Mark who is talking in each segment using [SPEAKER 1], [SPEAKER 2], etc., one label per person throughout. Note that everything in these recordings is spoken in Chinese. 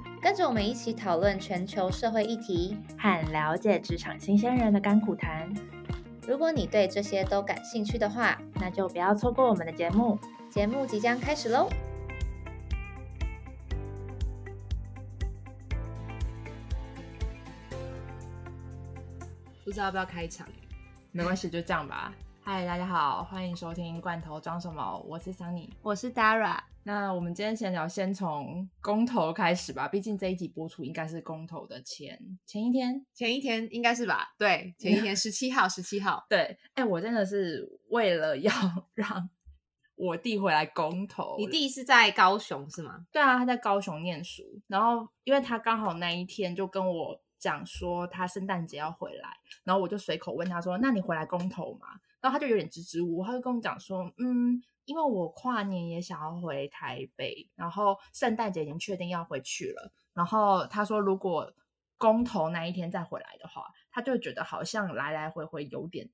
[SPEAKER 1] 跟着我们一起讨论全球社会议题。
[SPEAKER 2] 和了解职场新鲜人的甘苦谈，
[SPEAKER 1] 如果你对这些都感兴趣的话，
[SPEAKER 2] 那就不要错过我们的节目。
[SPEAKER 1] 节目即将开始喽！
[SPEAKER 3] 不知道要不要开场，没关系，就这样吧。嗨，大家好，欢迎收听《罐头装什么》，我是 Sunny，我是 Dara。那我们今天闲聊先从公投开始吧，毕竟这一集播出应该是公投的前前一天。
[SPEAKER 4] 前一天应该是吧？对，前一天十七号，十七号。
[SPEAKER 3] 对，哎、我真的是为了要让我弟回来公投，
[SPEAKER 4] 你弟是在高雄是吗？
[SPEAKER 3] 对啊，他在高雄念书，然后因为他刚好那一天就跟我讲说他圣诞节要回来，然后我就随口问他说：“那你回来公投吗？”然后他就有点支支吾吾，他就跟我讲说：“嗯，因为我跨年也想要回台北，然后圣诞节已经确定要回去了，然后他说如果公投那一天再回来的话，他就觉得好像来来回回有点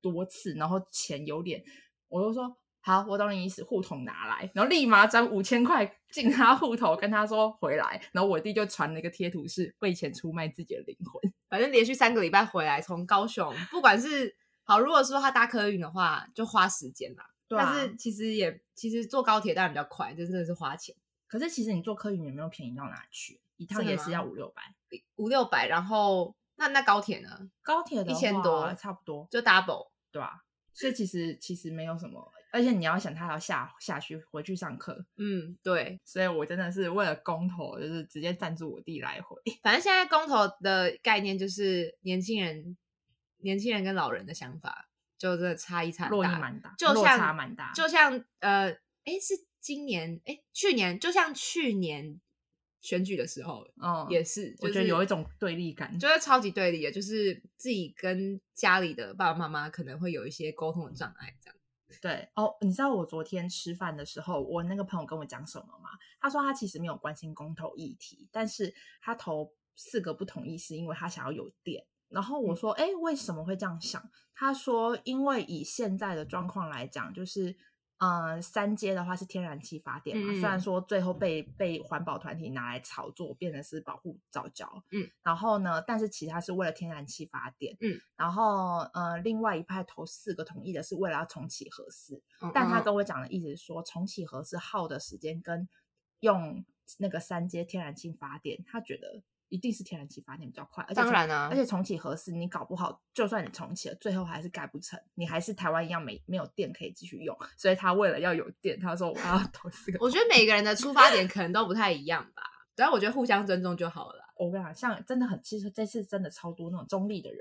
[SPEAKER 3] 多次，然后钱有点我就说好，我懂你意思，户头拿来，然后立马转五千块进他户头，跟他说回来，然后我弟就传了一个贴图，是为钱出卖自己的灵魂。
[SPEAKER 4] 反正连续三个礼拜回来，从高雄，不管是好，如果说他搭客运的话，就花时间啦。但
[SPEAKER 3] 但
[SPEAKER 4] 是
[SPEAKER 3] 是
[SPEAKER 4] 其实也其实坐高铁当然比较快，这真的是花钱，
[SPEAKER 3] 可是其实你坐客运也没有便宜到哪去，一趟
[SPEAKER 4] 真的
[SPEAKER 3] 也是
[SPEAKER 4] 吗
[SPEAKER 3] 要五六百，
[SPEAKER 4] 五六百。然后那那高铁呢，
[SPEAKER 3] 高铁的
[SPEAKER 4] 1000多
[SPEAKER 3] 话差不多，
[SPEAKER 4] 就 double。
[SPEAKER 3] 对吧、所以其实其实没有什么，而且你要想他还要下下去回去上课，
[SPEAKER 4] 嗯，对，
[SPEAKER 3] 所以我真的是为了公投，就是直接赞助我弟来回。
[SPEAKER 4] 反正现在公投的概念就是年轻人、年轻人跟老人的想法，就真的差异差很
[SPEAKER 3] 落
[SPEAKER 4] 大
[SPEAKER 3] 差蛮大，
[SPEAKER 4] 就
[SPEAKER 3] 落
[SPEAKER 4] 像
[SPEAKER 3] 差蛮大，
[SPEAKER 4] 就像呃，诶，是今年诶，去年就像去年选举的时候、
[SPEAKER 3] 嗯
[SPEAKER 4] 也是，
[SPEAKER 3] 我
[SPEAKER 4] 就
[SPEAKER 3] 觉得
[SPEAKER 4] 是
[SPEAKER 3] 有一种对立感
[SPEAKER 4] 就是超级对立的，就是自己跟家里的爸爸妈妈可能会有一些沟通的障碍，这样。
[SPEAKER 3] 对哦，你知道我昨天吃饭的时候，我那个朋友跟我讲什么吗？他说他其实没有关心公投议题，但是他投四个不同意是因为他想要有电。然后
[SPEAKER 4] 嗯
[SPEAKER 3] 我说，哎、为什么会这样想？他说，因为以现在的状况来讲，就是。呃，三阶的话是天然气发电嘛，虽然
[SPEAKER 4] 嗯
[SPEAKER 3] 说最后被被环保团体拿来炒作，变成是保护早教，
[SPEAKER 4] 嗯，
[SPEAKER 3] 然后呢，但是其他是为了天然气发电，
[SPEAKER 4] 嗯，
[SPEAKER 3] 然后呃，另外一派投四个同意的是为了要重启核四，但
[SPEAKER 4] 嗯
[SPEAKER 3] 他跟我讲的意思是说，重启核是耗的时间跟用那个三阶天然气发电，他觉得一定是天然气发电比较快。而且
[SPEAKER 4] 当
[SPEAKER 3] 重
[SPEAKER 4] 然啊
[SPEAKER 3] 而且重启核是你搞不好，就算你重启了，最后还是盖不成，你还是台湾一样没没有电可以继续用。所以他为了要有电，他说我 要投四个。
[SPEAKER 4] 我觉得每个人的出发点可能都不太一样吧，但我觉得互相尊重就好了啦。
[SPEAKER 3] 我跟你讲，像真的很，其实这次真的超多那种中立的人，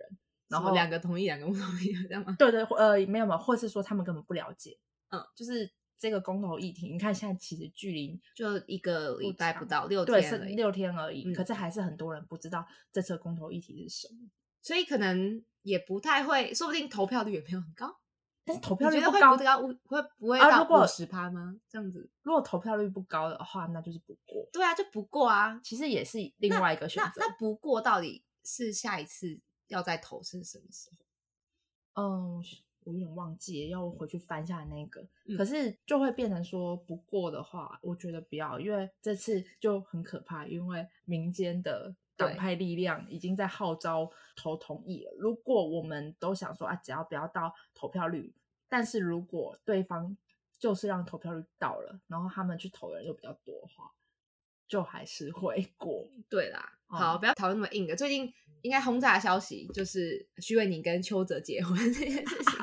[SPEAKER 3] 然
[SPEAKER 4] 什么
[SPEAKER 3] 后
[SPEAKER 4] 两个同意，两个不同意，这样吗？
[SPEAKER 3] 对对，呃，没有没有，或是说他们根本不了解，
[SPEAKER 4] 嗯，
[SPEAKER 3] 就是这个公投议题，你看现在其实距离
[SPEAKER 4] 就一个礼拜不
[SPEAKER 3] 长
[SPEAKER 4] 到六
[SPEAKER 3] 对，
[SPEAKER 4] 天
[SPEAKER 3] 是
[SPEAKER 4] 而已，
[SPEAKER 3] 六天而已。
[SPEAKER 4] 嗯
[SPEAKER 3] 可是还是很多人不知道这次的公投议题是什么，
[SPEAKER 4] 所以可能也不太会，说不定投票率也没有很高。
[SPEAKER 3] 但是投票
[SPEAKER 4] 你
[SPEAKER 3] 率
[SPEAKER 4] 觉得
[SPEAKER 3] 不
[SPEAKER 4] 会
[SPEAKER 3] 高。
[SPEAKER 4] 不到五会不会
[SPEAKER 3] 啊
[SPEAKER 4] 到
[SPEAKER 3] 如果
[SPEAKER 4] 五十趴吗？这样子，
[SPEAKER 3] 如果投票率不高的话，那就是不过。
[SPEAKER 4] 对啊，就不过啊。
[SPEAKER 3] 其实也是另外一个选
[SPEAKER 4] 那
[SPEAKER 3] 择。
[SPEAKER 4] 那不过到底是下一次要再投是什么时候？
[SPEAKER 3] 嗯，我有点忘记了，要回去翻一下那个。
[SPEAKER 4] 嗯
[SPEAKER 3] 可是就会变成说，不过的话，我觉得不要，因为这次就很可怕，因为民间的党
[SPEAKER 4] 对
[SPEAKER 3] 派力量已经在号召投同意了。如果我们都想说啊，只要不要到投票率，但是如果对方就是让投票率到了，然后他们去投的人又比较多的话，就还是会过。
[SPEAKER 4] 对啦，
[SPEAKER 3] 哦
[SPEAKER 4] 好，不要讨论那么硬的。最近应该轰炸的消息就是徐伟宁跟邱泽结婚这件事 情。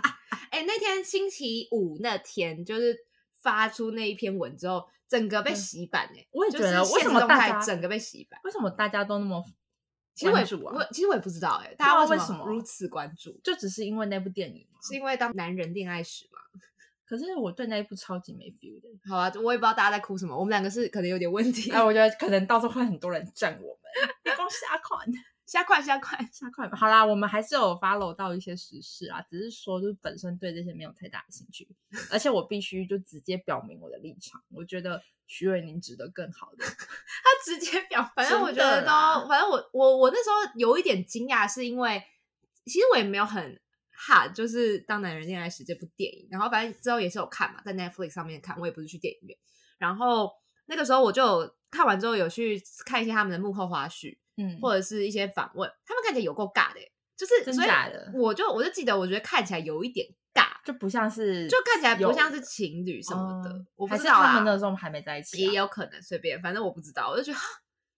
[SPEAKER 4] 哎、那天星期五那天就是发出那一篇文之后，整个被
[SPEAKER 3] 嗯
[SPEAKER 4] 洗版哎、
[SPEAKER 3] 我也
[SPEAKER 4] 就
[SPEAKER 3] 觉得
[SPEAKER 4] 是
[SPEAKER 3] 为
[SPEAKER 4] 现
[SPEAKER 3] 什
[SPEAKER 4] 实
[SPEAKER 3] 么
[SPEAKER 4] 动
[SPEAKER 3] 大
[SPEAKER 4] 态
[SPEAKER 3] 家
[SPEAKER 4] 整个被洗版？
[SPEAKER 3] 为什么大家都那么
[SPEAKER 4] 其实我也、
[SPEAKER 3] 关注啊
[SPEAKER 4] 我其实我也不知道哎、
[SPEAKER 3] 对
[SPEAKER 4] 大家
[SPEAKER 3] 啊
[SPEAKER 4] 为
[SPEAKER 3] 为
[SPEAKER 4] 什
[SPEAKER 3] 什
[SPEAKER 4] 么
[SPEAKER 3] 么
[SPEAKER 4] 如此关注？
[SPEAKER 3] 就只是因为那部电影吗？
[SPEAKER 4] 是因为当男人恋爱时嘛？
[SPEAKER 3] 可是我对那一部超级没 feel 的。
[SPEAKER 4] 好啊，我也不知道大家在哭什么，我们两个是可能有点问 题。
[SPEAKER 3] 哎，我觉得可能到时候会很多人赞我们，你光瞎看。
[SPEAKER 4] 瞎快瞎快，
[SPEAKER 3] 下快好啦，我们还是有 follow 到一些时事啊，只是说就是本身对这些没有太大的兴趣，而且我必须就直接表明我的立场，我觉得徐伟宁值得更好 的。
[SPEAKER 4] 他直接表，反正我觉
[SPEAKER 3] 真的
[SPEAKER 4] 得都
[SPEAKER 3] 啦，
[SPEAKER 4] 反正我我我那时候有一点惊讶，是因为其实我也没有很哈，就是《当男人恋爱时》这部电影，然后反正之后也是有看嘛，在 Netflix 上面看，我也不是去电影院，然后那个时候我就有看完之后有去看一些他们的幕后花絮，
[SPEAKER 3] 嗯，
[SPEAKER 4] 或者是一些访问，他们看起来有够尬的欸、就是
[SPEAKER 3] 真
[SPEAKER 4] 所以
[SPEAKER 3] 假的
[SPEAKER 4] 我就我就记得，我觉得看起来有一点尬，
[SPEAKER 3] 就不像是，
[SPEAKER 4] 就看起来不像
[SPEAKER 3] 有
[SPEAKER 4] 是情侣什么的，
[SPEAKER 3] 嗯
[SPEAKER 4] 我不
[SPEAKER 3] 还
[SPEAKER 4] 知
[SPEAKER 3] 是
[SPEAKER 4] 道
[SPEAKER 3] 他
[SPEAKER 4] 啦
[SPEAKER 3] 们那时候还没在一起、啊，
[SPEAKER 4] 也有可能随便，反正我不知道，我就觉得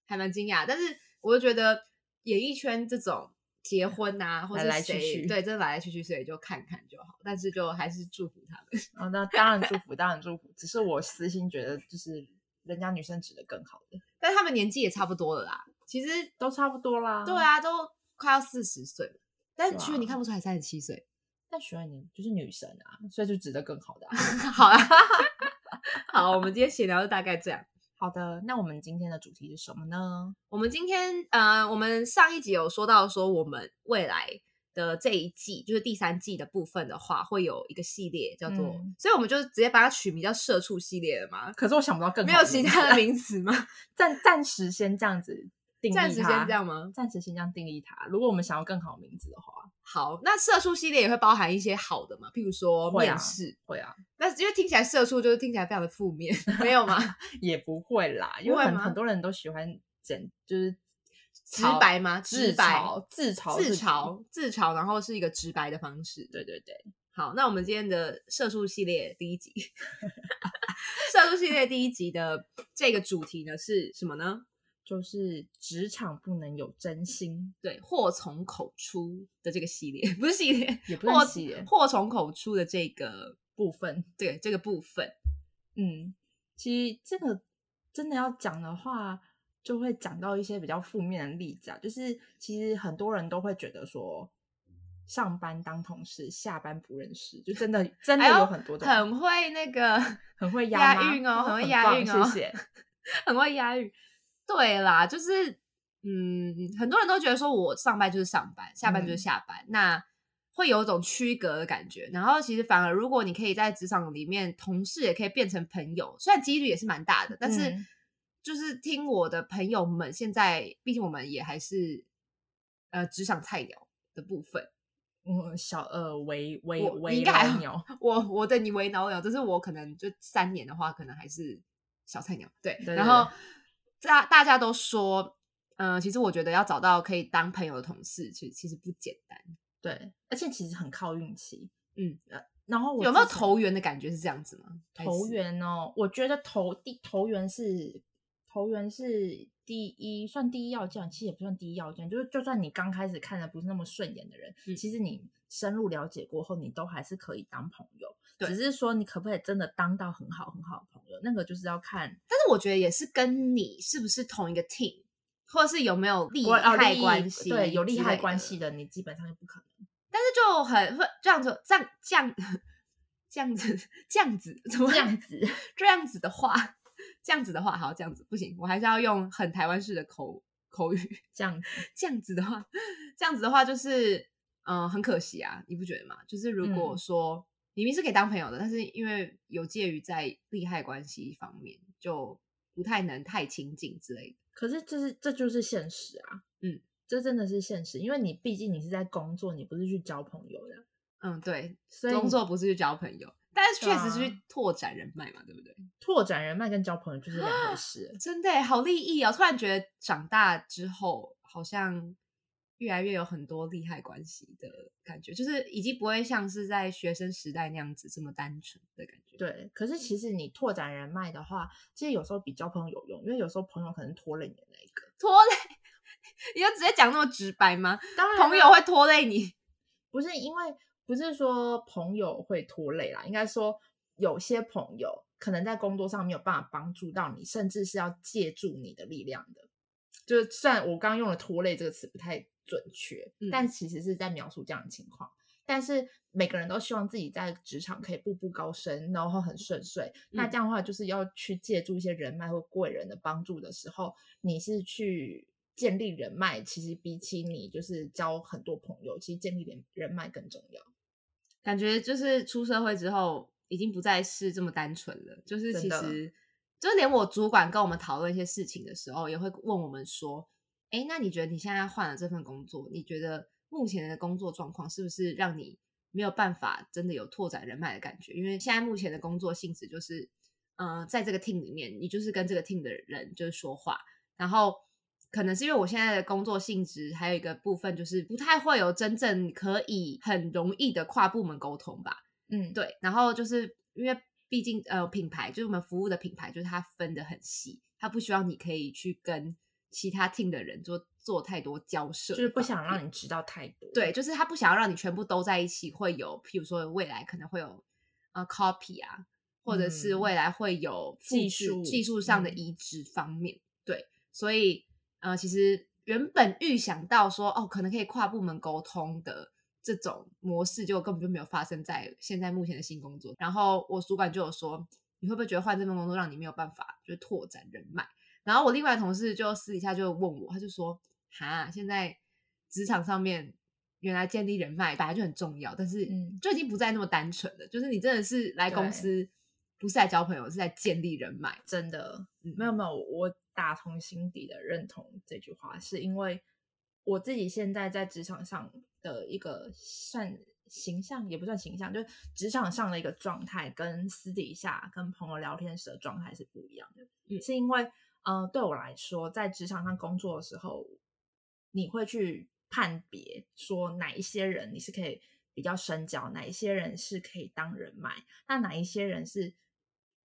[SPEAKER 4] 还蛮惊讶。但是我就觉得演艺圈这种结婚啊，或者
[SPEAKER 3] 来来去去
[SPEAKER 4] 对，真的来来去去，所以就看看就好。但是就还是祝福他们。
[SPEAKER 3] 啊，那当然祝福，当然祝福。只是我私心觉得，就是人家女生指的更好的，
[SPEAKER 4] 但他们年纪也差不多了啦，其实
[SPEAKER 3] 都差不多啦。
[SPEAKER 4] 对，啊，都快要四十岁了。但
[SPEAKER 3] 嗯是
[SPEAKER 4] 徐远你
[SPEAKER 3] 啊
[SPEAKER 4] 看不出来三十 七岁，
[SPEAKER 3] 但徐婉宁就是女神啊，所以就指的更好的啊、
[SPEAKER 4] 好啦， 好，我们今天闲聊就大概这样。
[SPEAKER 3] 好的，那我们今天的主题是什么呢？
[SPEAKER 4] 我们今天呃，我们上一集有说到说我们未来的这一季，就是第三季的部分的话，会有一个系列叫做，
[SPEAKER 3] 嗯
[SPEAKER 4] 所以我们就直接把它取名叫“社畜系列”了吗？
[SPEAKER 3] 可是我想不到更
[SPEAKER 4] 没
[SPEAKER 3] 好
[SPEAKER 4] 有
[SPEAKER 3] 的
[SPEAKER 4] 其
[SPEAKER 3] 名
[SPEAKER 4] 他
[SPEAKER 3] 字
[SPEAKER 4] 的
[SPEAKER 3] 啊，
[SPEAKER 4] 名词吗？
[SPEAKER 3] 暂暂时先这样子定义它，
[SPEAKER 4] 暂时先这样吗？
[SPEAKER 3] 暂时先这样定义它。如果我们想要更好的名字的话，
[SPEAKER 4] 好，那社畜系列也会包含一些好的嘛，譬如说
[SPEAKER 3] 会啊
[SPEAKER 4] 面试。
[SPEAKER 3] 会啊，
[SPEAKER 4] 但是因为听起来社畜就是听起来非常的负面， 没有吗？
[SPEAKER 3] 也不会啦，因
[SPEAKER 4] 不
[SPEAKER 3] 为
[SPEAKER 4] 会
[SPEAKER 3] 很
[SPEAKER 4] 吗
[SPEAKER 3] 很多人都喜欢简，就是
[SPEAKER 4] 直
[SPEAKER 3] 嘲
[SPEAKER 4] 白吗？直
[SPEAKER 3] 自
[SPEAKER 4] 白，
[SPEAKER 3] 嘲，自嘲
[SPEAKER 4] 自
[SPEAKER 3] 自己
[SPEAKER 4] 嘲，自嘲，然后是一个直白的方式。
[SPEAKER 3] 对对对，
[SPEAKER 4] 好，那我们今天的社畜系列第一集， 社畜系列第一集的这个主题呢是什么呢？
[SPEAKER 3] 就是职场不能有真心，
[SPEAKER 4] 对，祸从口出的这个系列，不是系列，
[SPEAKER 3] 也不
[SPEAKER 4] 祸
[SPEAKER 3] 算系列
[SPEAKER 4] 祸从口出的这个
[SPEAKER 3] 部分。
[SPEAKER 4] 对这个部分，
[SPEAKER 3] 嗯，其实这个真的要讲的话，就会讲到一些比较负面的例子啊，就是其实很多人都会觉得说。上班当同事，下班不认识，就真的真的
[SPEAKER 4] 哎呦
[SPEAKER 3] 有很多种，
[SPEAKER 4] 很会那个，
[SPEAKER 3] 很会
[SPEAKER 4] 押
[SPEAKER 3] 押
[SPEAKER 4] 韵
[SPEAKER 3] 妈
[SPEAKER 4] 哦很会
[SPEAKER 3] 很
[SPEAKER 4] 押
[SPEAKER 3] 棒
[SPEAKER 4] 韵哦
[SPEAKER 3] 谢 谢。
[SPEAKER 4] 很会押韵。对啦，就是嗯，很多人都觉得说我上班就是上班，下班就是
[SPEAKER 3] 嗯
[SPEAKER 4] 下班，那会有一种区隔的感觉。然后其实反而如果你可以在职场里面，同事也可以变成朋友，虽然几率也是蛮大的，但是
[SPEAKER 3] 嗯
[SPEAKER 4] 就是听我的朋友们现在，毕竟我们也还是呃职场菜鸟的部分，
[SPEAKER 3] 嗯，小呃，为为
[SPEAKER 4] 我
[SPEAKER 3] 为
[SPEAKER 4] 应该
[SPEAKER 3] 老
[SPEAKER 4] 啊
[SPEAKER 3] 鸟，
[SPEAKER 4] 我我对你为老了，就是我可能就三年的话，可能还是小菜鸟。对，
[SPEAKER 3] 对
[SPEAKER 4] 然
[SPEAKER 3] 对
[SPEAKER 4] 后大大家都说，呃，其实我觉得要找到可以当朋友的同事，其实其实不简单。
[SPEAKER 3] 对，而且其实很靠运气。
[SPEAKER 4] 嗯
[SPEAKER 3] 呃，然后我
[SPEAKER 4] 有没有
[SPEAKER 3] 之前
[SPEAKER 4] 投缘的感觉是这样子吗？还
[SPEAKER 3] 投
[SPEAKER 4] 是，
[SPEAKER 3] 缘哦，我觉得投第投缘是投缘是第一，算第一要件，其实也不算第一要件，就是就算你刚开始看的不是那么顺眼的人，
[SPEAKER 4] 嗯
[SPEAKER 3] 其实你深入了解过后，你都还是可以当朋友，
[SPEAKER 4] 对
[SPEAKER 3] 只是说你可不可以真的当到很好很好的朋友，那个就是要看
[SPEAKER 4] 但是我觉得也是跟你是不是同一个 team，或者是有没有利
[SPEAKER 3] 关哦
[SPEAKER 4] 害
[SPEAKER 3] 利益
[SPEAKER 4] 关系，
[SPEAKER 3] 对，有利害关系。的，你基本上就不可能。
[SPEAKER 4] 但是就很会这样子，这样这样这样子这样子怎么
[SPEAKER 3] 这样子
[SPEAKER 4] 这样子的话，这样子的话，好，这样子不行，我还是要用很台湾式的口口语。
[SPEAKER 3] 这样子，
[SPEAKER 4] 这样子的话，这样子的话就是，嗯、很可惜啊，你不觉得吗？就是如果
[SPEAKER 3] 嗯
[SPEAKER 4] 说、明明是可以当朋友的，但是因为有介于在利害关系方面，就不太能太亲近之类的。
[SPEAKER 3] 可是这是这就是现实啊，
[SPEAKER 4] 嗯，
[SPEAKER 3] 这真的是现实，因为你毕竟你是在工作，你不是去交朋友的，
[SPEAKER 4] 嗯，对，
[SPEAKER 3] 所以
[SPEAKER 4] 工
[SPEAKER 3] 你
[SPEAKER 4] 作不是去交朋友，但是确实
[SPEAKER 3] 对
[SPEAKER 4] 是
[SPEAKER 3] 啊
[SPEAKER 4] 去拓展人脉嘛，对不对？
[SPEAKER 3] 拓展人脉跟交朋友就是两回事。
[SPEAKER 4] 真的耶好利益哦！突然觉得长大之后好像越来越有很多利害关系的感觉，就是已经不会像是在学生时代那样子这么单纯的感觉。
[SPEAKER 3] 对，可是其实你拓展人脉的话，其实有时候比交朋友有用，因为有时候朋友可能拖累你的那一个。
[SPEAKER 4] 拖累，你就直接讲那么直白吗？
[SPEAKER 3] 当然啊，
[SPEAKER 4] 朋友会拖累你，
[SPEAKER 3] 不是因为不是说朋友会拖累啦，应该说有些朋友可能在工作上没有办法帮助到你，甚至是要借助你的力量的。就是虽然我刚刚用了“拖累”这个词不太准确，
[SPEAKER 4] 嗯
[SPEAKER 3] 但其实是在描述这样的情况。但是每个人都希望自己在职场可以步步高升，然后很顺遂。那
[SPEAKER 4] 嗯
[SPEAKER 3] 这样的话，就是要去借助一些人脉或贵人的帮助的时候，你是去建立人脉，其实比起你就是交很多朋友，其实建立人人脉更重要。
[SPEAKER 4] 感觉就是出社会之后，已经不再是这么单纯了。就是
[SPEAKER 3] 真
[SPEAKER 4] 其
[SPEAKER 3] 的
[SPEAKER 4] 实，就连我主管跟我们讨论一些事情的时候，也会问我们说：“哎，那你觉得你现在换了这份工作，你觉得目前的工作状况是不是让你没有办法真的有拓展人脉的感觉？因为现在目前的工作性质就是，呃，在这个 team 里面，你就是跟这个 team 的人就是说话，然后可能是因为我现在的工作性质，还有一个部分就是不太会有真正可以很容易的跨部门沟通吧。
[SPEAKER 3] 嗯，
[SPEAKER 4] 对，然后就是因为毕竟呃品牌就是我们服务的品牌，就是它分得很细，它不希望你可以去跟其他 team 的人做做太多交涉，
[SPEAKER 3] 就是不想让你知道太多。
[SPEAKER 4] 对，就是他不想要让你全部都在一起，会有譬如说未来可能会有呃 copy 啊，或者是
[SPEAKER 3] 嗯
[SPEAKER 4] 未来会有复
[SPEAKER 3] 技
[SPEAKER 4] 制
[SPEAKER 3] 术
[SPEAKER 4] 技术上的
[SPEAKER 3] 嗯
[SPEAKER 4] 移植方面，对，所以呃其实原本预想到说哦可能可以跨部门沟通的。这种模式就根本就没有发生在现在目前的新工作。然后我主管就有说，你会不会觉得换这份工作让你没有办法就是拓展人脉？然后我另外的同事就私底下就问我，他就说：“哈，现在职场上面原来建立人脉本来就很重要，但是
[SPEAKER 3] 嗯
[SPEAKER 4] 就已经不再那么单纯了，就是你真的是来公
[SPEAKER 3] 对
[SPEAKER 4] 司不是来交朋友，是在建立人脉。
[SPEAKER 3] 真的
[SPEAKER 4] 嗯
[SPEAKER 3] 没有没有，我打从心底的认同这句话，是因为我自己现在在职场上的一个算形象，也不算形象，就是职场上的一个状态，跟私底下跟朋友聊天时的状态是不一样的。
[SPEAKER 4] 嗯
[SPEAKER 3] 是因为呃，对我来说，在职场上工作的时候，你会去判别说哪一些人你是可以比较深交，哪一些人是可以当人脉，那哪一些人是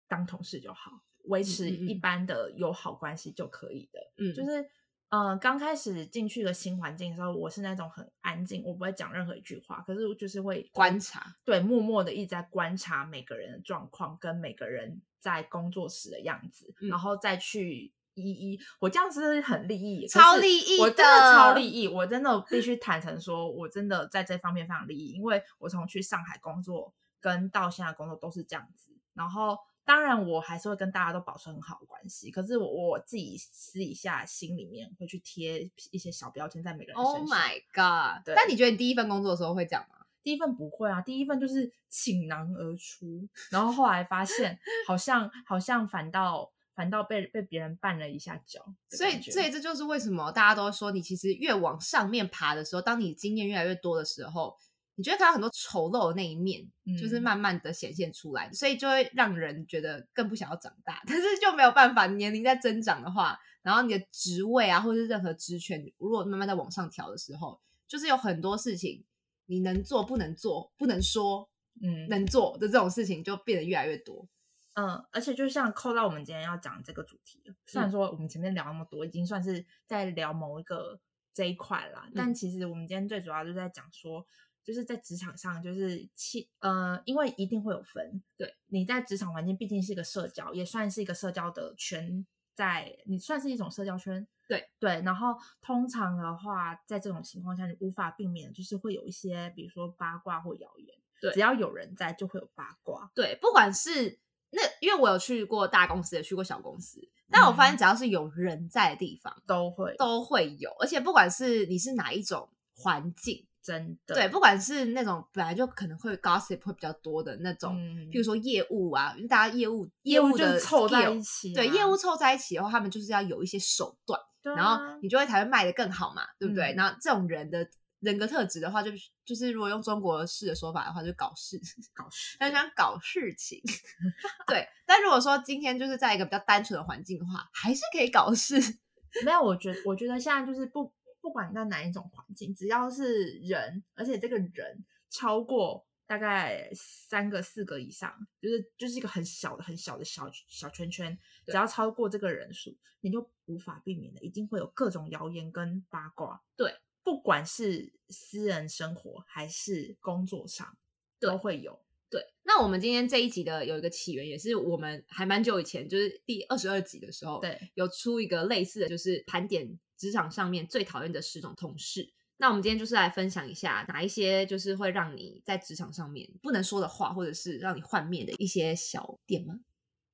[SPEAKER 3] 当同事就好，维持
[SPEAKER 4] 嗯嗯
[SPEAKER 3] 一般的友好关系就可以的。
[SPEAKER 4] 嗯，
[SPEAKER 3] 就是呃，刚开始进去的新环境的时候，我是那种很安静，我不会讲任何一句话，可是就是会
[SPEAKER 4] 观察，
[SPEAKER 3] 对，默默的一直在观察每个人的状况跟每个人在工作时的样子，
[SPEAKER 4] 嗯
[SPEAKER 3] 然后再去一一，我这样是很利益，可
[SPEAKER 4] 超
[SPEAKER 3] 是
[SPEAKER 4] 利益
[SPEAKER 3] 我真的超
[SPEAKER 4] 的
[SPEAKER 3] 利益，我真的必须坦诚说，我真的在这方面非常利益，因为我从去上海工作跟到现在工作都是这样子，然后。当然，我还是会跟大家都保持很好的关系。可是我我自己私底下心里面会去贴一些小标签在每个人身上。
[SPEAKER 4] Oh my god！
[SPEAKER 3] 对
[SPEAKER 4] 但你觉得你第一份工作的时候会这样吗？
[SPEAKER 3] 第一份不会啊，第一份就是倾囊而出，然后后来发现好像好像反倒反倒被被别人绊了一下脚的
[SPEAKER 4] 所以，
[SPEAKER 3] 感觉，
[SPEAKER 4] 所以这就是为什么大家都说，你其实越往上面爬的时候，当你经验越来越多的时候，你就会看到很多丑陋的那一面，就是
[SPEAKER 3] 嗯
[SPEAKER 4] 慢慢的显现出来，所以就会让人觉得更不想要长大。但是就没有办法，你年龄在增长的话，然后你的职位啊，或者是任何职权，如果慢慢在往上调的时候，就是有很多事情你能做、不能做、不能说、
[SPEAKER 3] 嗯
[SPEAKER 4] 能做的这种事情就变得越来越多。
[SPEAKER 3] 嗯，而且就像扣到我们今天要讲这个主题了，
[SPEAKER 4] 嗯
[SPEAKER 3] 虽然说我们前面聊那么多，已经算是在聊某一个这一块啦，
[SPEAKER 4] 嗯
[SPEAKER 3] 但其实我们今天最主要就是在讲说，就是在职场上，就是气呃，因为一定会有分，对，你在职场环境毕竟是一个社交，也算是一个社交的圈，在你算是一种社交圈，
[SPEAKER 4] 对
[SPEAKER 3] 对，然后通常的话，在这种情况下，你无法避免的就是会有一些，比如说八卦或谣言，
[SPEAKER 4] 对
[SPEAKER 3] 只要有人在就会有八卦，
[SPEAKER 4] 对，不管是那，因为我有去过大公司，也去过小公司，但我发
[SPEAKER 3] 嗯
[SPEAKER 4] 现只要是有人在的地方，
[SPEAKER 3] 都会
[SPEAKER 4] 都会有，而且不管是你是哪一种环境，
[SPEAKER 3] 真的
[SPEAKER 4] 对，不管是那种本来就可能会 gossip 会比较多的那种，
[SPEAKER 3] 嗯
[SPEAKER 4] 譬如说业务啊，因为大家业务
[SPEAKER 3] 业务就
[SPEAKER 4] 的
[SPEAKER 3] 是凑在
[SPEAKER 4] skill
[SPEAKER 3] 一起啊、
[SPEAKER 4] 对业务凑在一起的话，他们就是要有一些手段，
[SPEAKER 3] 对啊，
[SPEAKER 4] 然后你就会才会卖的更好嘛，对不对？
[SPEAKER 3] 嗯
[SPEAKER 4] 然后这种人的人格特质的话，就就是如果用中国式的说法的话，就搞事，
[SPEAKER 3] 搞事
[SPEAKER 4] 他想搞事情。 对，但如果说今天就是在一个比较单纯的环境的话，还是可以搞事。
[SPEAKER 3] 没有，我觉我觉得现在就是不不管在哪一种环境，只要是人，而且这个人超过大概三个四个以上，就是就是一个很小的很小的小小圈圈，只要超过这个人数，你就无法避免的，一定会有各种谣言跟八卦。
[SPEAKER 4] 对，
[SPEAKER 3] 不管是私人生活还是工作上，都会有。
[SPEAKER 4] 对，那我们今天这一集的有一个起源，也是我们还蛮久以前，就是第二十二集的时候，，
[SPEAKER 3] 对，
[SPEAKER 4] 有出一个类似的，就是盘点职场上面最讨厌的十种同事。那我们今天就是来分享一下哪一些就是会让你在职场上面不能说的话，或者是让你幻灭的一些小点吗？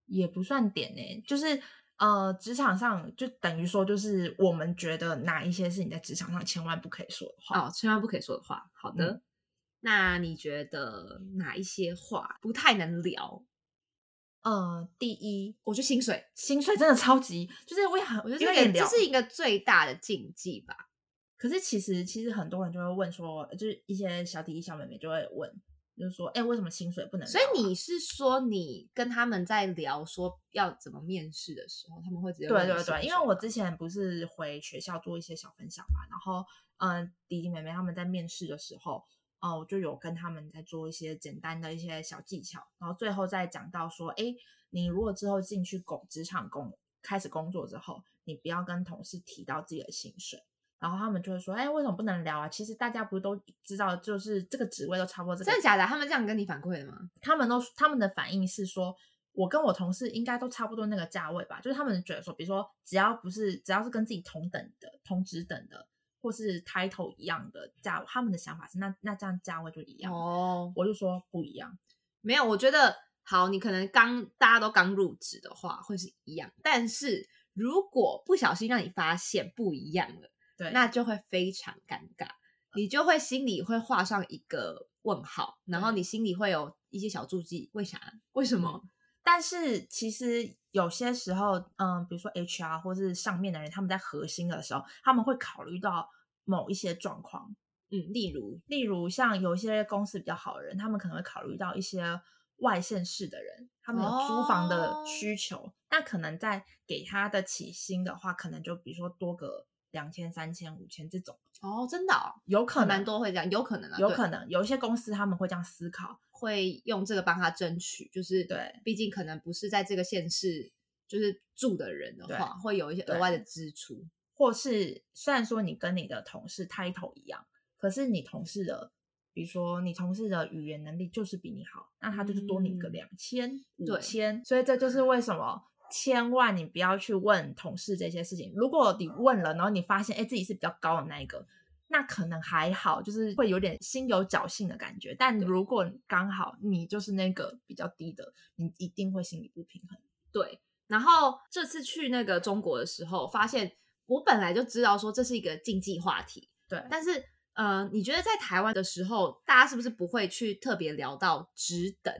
[SPEAKER 3] 也不算点呢、就是呃，职场上就等于说，就是我们觉得哪一些是你在职场上千万不可以说的话。
[SPEAKER 4] 哦，千万不可以说的话。好的，那你觉得哪一些话不太能聊？
[SPEAKER 3] 呃，第一，
[SPEAKER 4] 我觉得薪水，
[SPEAKER 3] 薪水真的超级，就是我也很，我就是
[SPEAKER 4] 这个
[SPEAKER 3] 跟你
[SPEAKER 4] 这
[SPEAKER 3] 聊，
[SPEAKER 4] 是一个最大的禁忌吧？
[SPEAKER 3] 可是其实其实很多人就会问说，就是一些小弟弟小妹妹就会问，就是说，哎、为什么薪水不能
[SPEAKER 4] 所
[SPEAKER 3] 聊啊、
[SPEAKER 4] 以你是说你跟他们在聊说要怎么面试的时候，他们会直接
[SPEAKER 3] 对
[SPEAKER 4] 问你
[SPEAKER 3] 对
[SPEAKER 4] 薪
[SPEAKER 3] 对，因
[SPEAKER 4] 水
[SPEAKER 3] 为我
[SPEAKER 4] 吗
[SPEAKER 3] 之前不是回学校做一些小分享嘛，然后嗯、呃弟弟妹妹他们在面试的时候，哦、我就有跟他们在做一些简单的一些小技巧，然后最后再讲到说，哎，你如果之后进去工职场工开始工作之后，你不要跟同事提到自己的薪水。然后他们就会说：“哎，为什么不能聊啊？其实大家不是都知道，就是这个职位都差不多这个
[SPEAKER 4] 真的假的？他们这样跟你反馈的吗？
[SPEAKER 3] 他们都他们的反应是说，我跟我同事应该都差不多那个价位吧，就是他们觉得说，比如说只要不是只要是跟自己同等的、同职等的，或是 title 一样的价，他们的想法是那那这样价位就一样。
[SPEAKER 4] 哦，
[SPEAKER 3] 我就说不一样，
[SPEAKER 4] 没有，我觉得好，你可能刚大家都刚入职的话会是一样，但是如果不小心让你发现不一样了，
[SPEAKER 3] 对，嗯
[SPEAKER 4] 那就会非常尴尬，你就会心里会画上一个问号，然后
[SPEAKER 3] 对
[SPEAKER 4] 你心里会有一些小注记，为啥？为什么？
[SPEAKER 3] 但是其实有些时候，嗯，比如说 HR 或是上面的人，他们在核心的时候，他们会考虑到某一些状况，
[SPEAKER 4] 嗯，例如，
[SPEAKER 3] 例如像有一些公司比较好的人，他们可能会考虑到一些外县市的人，他们有租房的
[SPEAKER 4] 哦
[SPEAKER 3] 需求，那可能在给他的起薪的话，可能就比如说多个两千、三千、五千这种，
[SPEAKER 4] 哦，真的、哦，
[SPEAKER 3] 有可能
[SPEAKER 4] 蛮，多会这样，有可能啊，
[SPEAKER 3] 有
[SPEAKER 4] 对
[SPEAKER 3] 可能有一些公司他们会这样思考，
[SPEAKER 4] 会用这个帮他争取，就是
[SPEAKER 3] 对，
[SPEAKER 4] 毕竟可能不是在这个县市就是住的人的
[SPEAKER 3] 对
[SPEAKER 4] 话，会有一些额
[SPEAKER 3] 对
[SPEAKER 4] 外的支出。
[SPEAKER 3] 或是虽然说你跟你的同事 title 一样，可是你同事的。比如说，你同事的语言能力就是比你好，那他就是多你个
[SPEAKER 4] 嗯
[SPEAKER 3] 两千、五
[SPEAKER 4] 对
[SPEAKER 3] 千，所以这就是为什么千万你不要去问同事这些事情。如果你问了，然后你发现哎自己是比较高的那一个，那可能还好，就是会有点心有侥幸的感觉。但如果刚好你就是那个比较低的，你一定会心里不平衡。
[SPEAKER 4] 对，然后这次去那个中国的时候，发现我本来就知道说这是一个禁忌话题，
[SPEAKER 3] 对，
[SPEAKER 4] 但是呃，你觉得在台湾的时候，大家是不是不会去特别聊到职等？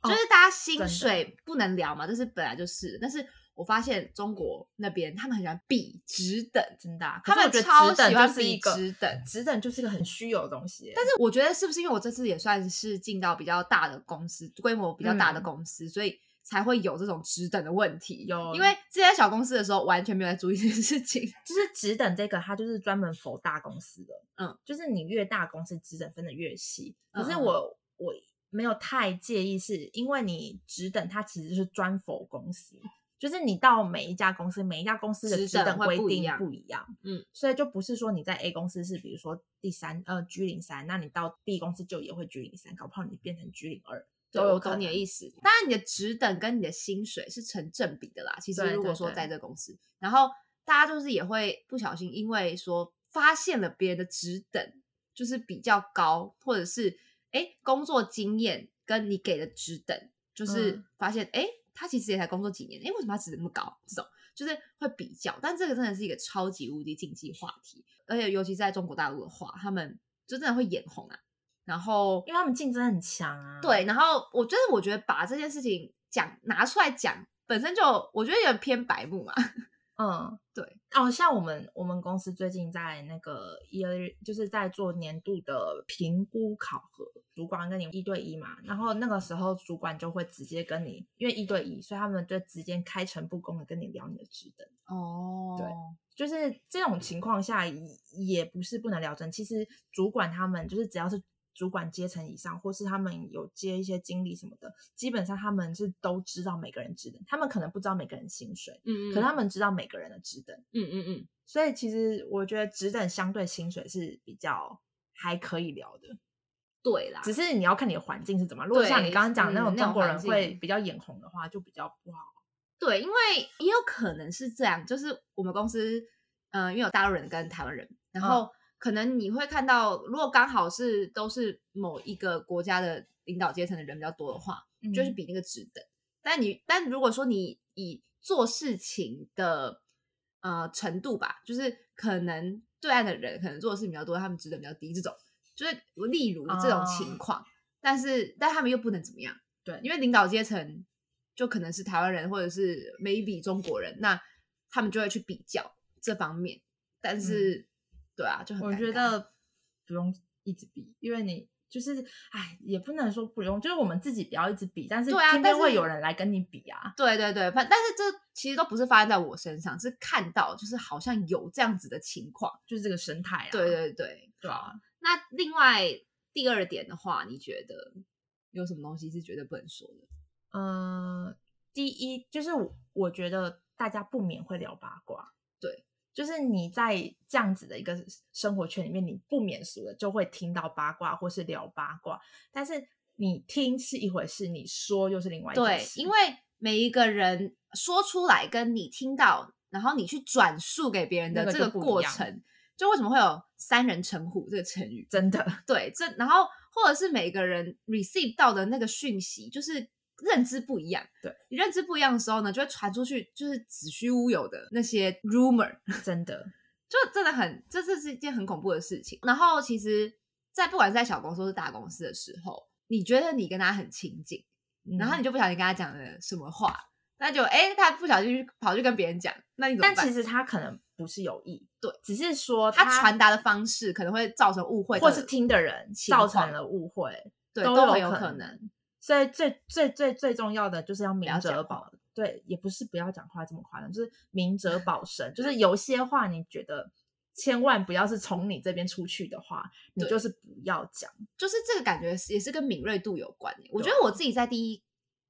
[SPEAKER 3] 哦
[SPEAKER 4] 就是大家薪
[SPEAKER 3] 真的
[SPEAKER 4] 水不能聊嘛，这是本来就是。但是我发现中国那边他们很喜欢比职等，
[SPEAKER 3] 真的啊、可
[SPEAKER 4] 他
[SPEAKER 3] 是我觉
[SPEAKER 4] 们超
[SPEAKER 3] 得职等
[SPEAKER 4] 喜欢
[SPEAKER 3] 就是一
[SPEAKER 4] 比
[SPEAKER 3] 个
[SPEAKER 4] 职等。
[SPEAKER 3] 职等就是一个很虚有的东西。但是
[SPEAKER 4] 我觉得是不是因为我这次也算是进到比较大的公司，规模比较大的公司，所以才会有这种职等的问题。
[SPEAKER 3] 有
[SPEAKER 4] 因为之前在小公司的时候完全没有在注意这件事情。
[SPEAKER 3] 就是职等这个，它就是专门否大公司的，
[SPEAKER 4] 嗯，
[SPEAKER 3] 就是你越大公司职等分的越细。可是
[SPEAKER 4] 嗯嗯嗯
[SPEAKER 3] 我、我没有太介意是，因为你职等它其实是专否公司，就是你到每一家公司，每一家公司的
[SPEAKER 4] 职
[SPEAKER 3] 职
[SPEAKER 4] 等
[SPEAKER 3] 等
[SPEAKER 4] 会
[SPEAKER 3] 规
[SPEAKER 4] 不一
[SPEAKER 3] 定
[SPEAKER 4] 样
[SPEAKER 3] 不一样，
[SPEAKER 4] 嗯，
[SPEAKER 3] 所以就不是说你在 A 公司是比如说第三呃 G 零三，那你到 B 公司就也会 G 零三，搞不好你变成 G 零二都有
[SPEAKER 4] 我
[SPEAKER 3] 可能。
[SPEAKER 4] 懂你的意思。当然，你的职等跟你的薪水是成正比的啦。其实
[SPEAKER 3] 对
[SPEAKER 4] 如果
[SPEAKER 3] 对
[SPEAKER 4] 说
[SPEAKER 3] 对
[SPEAKER 4] 在这公司，然后大家就是也会不小心因为说发现了别人的职等就是比较高，或者是哎、诶工作经验跟你给的职等，就是
[SPEAKER 3] 嗯
[SPEAKER 4] 发现哎、诶他其实也才工作几年，哎、为什么他职等那么高？这种就是会比较，但这个真的是一个超级无敌禁忌话题，而且尤其在中国大陆的话，他们就真的会眼红啊。然后
[SPEAKER 3] 因为他们竞争很强啊，
[SPEAKER 4] 对，然后我真的我觉得把这件事情讲拿出来讲，本身就我觉得有点偏白目啊嘛。
[SPEAKER 3] 嗯，
[SPEAKER 4] 对。
[SPEAKER 3] 哦，像我们我们公司最近在那个 year，就是在做年度的评估考核，主管跟你一对一嘛，然后那个时候主管就会直接跟你，因为一对一，所以他们就直接开诚布公的跟你聊你的职等。
[SPEAKER 4] 哦
[SPEAKER 3] 就是这种情况下也也不是不能聊真，其实主管他们就是只要是主管阶层以上，或是他们有接一些经理什么的，基本上他们是都知道每个人职等，他们可能不知道每个人薪水，
[SPEAKER 4] 嗯
[SPEAKER 3] 可他们知道每个人的职等。
[SPEAKER 4] 嗯嗯嗯，
[SPEAKER 3] 所以其实我觉得职等相对薪水是比较还可以聊的，
[SPEAKER 4] 对啦，
[SPEAKER 3] 只是你要看你的环境是怎么样。如果像你刚刚讲的那
[SPEAKER 4] 嗯
[SPEAKER 3] 种
[SPEAKER 4] 那种
[SPEAKER 3] 中国人
[SPEAKER 4] 环境
[SPEAKER 3] 会比较眼红的话，就比较不好。
[SPEAKER 4] 对，因为也有可能是这样，就是我们公司，嗯、因为有大陆人跟台湾人，然后可能你会看到，如果刚好是都是某一个国家的领导阶层的人比较多的话，就是
[SPEAKER 3] 嗯
[SPEAKER 4] 比那个职等。但你但如果说你以做事情的呃程度吧，就是可能对岸的人可能做的事情比较多，他们职等比较低，这种就是例如这种情况，但是但他们又不能怎么样，
[SPEAKER 3] 对
[SPEAKER 4] 因为领导阶层就可能是台湾人或者是 maybe 中国人，那他们就会去比较这方面，但是、对啊，就很
[SPEAKER 3] 嗯我
[SPEAKER 4] 尴
[SPEAKER 3] 觉
[SPEAKER 4] 尬
[SPEAKER 3] 得不用一直比，因为你就是哎，也不能说不用，就是我们自己不要一直比，但是
[SPEAKER 4] 对啊
[SPEAKER 3] 偏
[SPEAKER 4] 但
[SPEAKER 3] 偏会
[SPEAKER 4] 是
[SPEAKER 3] 有人来跟你比啊。
[SPEAKER 4] 对对对，反但是这其实都不是发生在我身上，是看到就是好像有这样子的情况。
[SPEAKER 3] 就是这个生态啦，啊
[SPEAKER 4] 对对对，
[SPEAKER 3] 对啊，
[SPEAKER 4] 那另外第二点的话，你觉得有什么东西是绝对不能说的？
[SPEAKER 3] 呃，第一就是我我觉得大家不免会聊八卦，
[SPEAKER 4] 对，
[SPEAKER 3] 就是你在这样子的一个生活圈里面，你不免俗的就会听到八卦或是聊八卦，但是你听是一回事，你说又是另外一回
[SPEAKER 4] 对，
[SPEAKER 3] 事，
[SPEAKER 4] 因为每一个人说出来，跟你听到，然后你去转述给别人的
[SPEAKER 3] 那个
[SPEAKER 4] 这
[SPEAKER 3] 就
[SPEAKER 4] 个
[SPEAKER 3] 不一
[SPEAKER 4] 过
[SPEAKER 3] 样
[SPEAKER 4] 程，就为什么会有“三人成虎”这个成语？
[SPEAKER 3] 真的
[SPEAKER 4] 对，这然后或者是每个人 receive 到的那个讯息，就是认知不一样。
[SPEAKER 3] 对，
[SPEAKER 4] 你认知不一样的时候呢，就会传出去，就是子虚乌有的那些 rumor，
[SPEAKER 3] 真的，
[SPEAKER 4] 就真的很，这这是一件很恐怖的事情。然后其实，在不管是在小公司或是大公司的时候，你觉得你跟他很亲近，然后
[SPEAKER 3] 嗯
[SPEAKER 4] 你就不小心跟他讲了什么话，那就哎，诶他不小心去跑去跟别人讲，那你怎么
[SPEAKER 3] 但
[SPEAKER 4] 办？
[SPEAKER 3] 其实他可能不是有意，
[SPEAKER 4] 对，
[SPEAKER 3] 只是说
[SPEAKER 4] 他传达的方式可能会造成误会的，
[SPEAKER 3] 或是听的人
[SPEAKER 4] 情
[SPEAKER 3] 造成
[SPEAKER 4] 况
[SPEAKER 3] 了误会，
[SPEAKER 4] 对
[SPEAKER 3] 都
[SPEAKER 4] 都很
[SPEAKER 3] 有
[SPEAKER 4] 可
[SPEAKER 3] 能
[SPEAKER 4] 能。
[SPEAKER 3] 所以最最最最重要的就是要明
[SPEAKER 4] 要
[SPEAKER 3] 哲
[SPEAKER 4] 讲
[SPEAKER 3] 保，对，也不是不要讲话这么夸张，就是明哲保身，就是有些话你觉得千万不要是从你这边出去的话，你
[SPEAKER 4] 对
[SPEAKER 3] 就是不要讲，
[SPEAKER 4] 就是这个感觉是也是跟敏锐度有关欸耶。我觉
[SPEAKER 3] 对啊
[SPEAKER 4] 得我自己在第一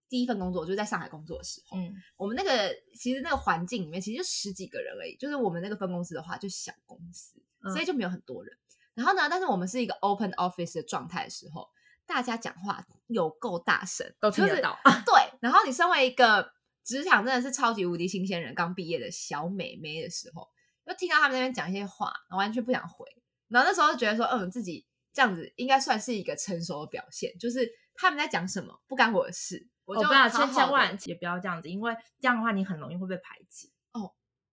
[SPEAKER 4] 第一份工作，就是在上海工作的时候，
[SPEAKER 3] 嗯，
[SPEAKER 4] 我们那个其实那个环境里面其实就十几个人而已，就是我们那个分公司的话就小公司，
[SPEAKER 3] 嗯
[SPEAKER 4] 所以就没有很多人。然后呢，但是我们是一个 open office 的状态的时候，大家讲话有够大声，
[SPEAKER 3] 都听
[SPEAKER 4] 就
[SPEAKER 3] 得
[SPEAKER 4] 是
[SPEAKER 3] 到，
[SPEAKER 4] 对，然后你身为一个职场真的是超级无敌新鲜人，刚毕业的小美眉的时候，就听到他们那边讲一些话，然后完全不想回。然后那时候就觉得说，嗯，自己这样子应该算是一个成熟的表现，就是他们在讲什么不干我的事，我
[SPEAKER 3] 我
[SPEAKER 4] 就
[SPEAKER 3] 哦不要
[SPEAKER 4] 好
[SPEAKER 3] 千
[SPEAKER 4] 好
[SPEAKER 3] 千
[SPEAKER 4] 地
[SPEAKER 3] 万也不要这样子，因为这样的话你很容易会被排挤，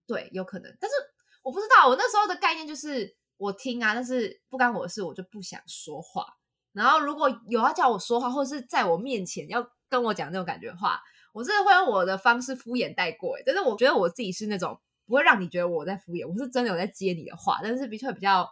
[SPEAKER 4] 对，有可能，但是我不知道，我那时候的概念就是我听啊，但是不干我的事，我就不想说话。然后如果有要叫我说话，或者是在我面前要跟我讲那种感觉的话，我真的会用我的方式敷衍带过、欸。但是我觉得我自己是那种不会让你觉得我在敷衍，我是真的有在接你的话，但是比较比较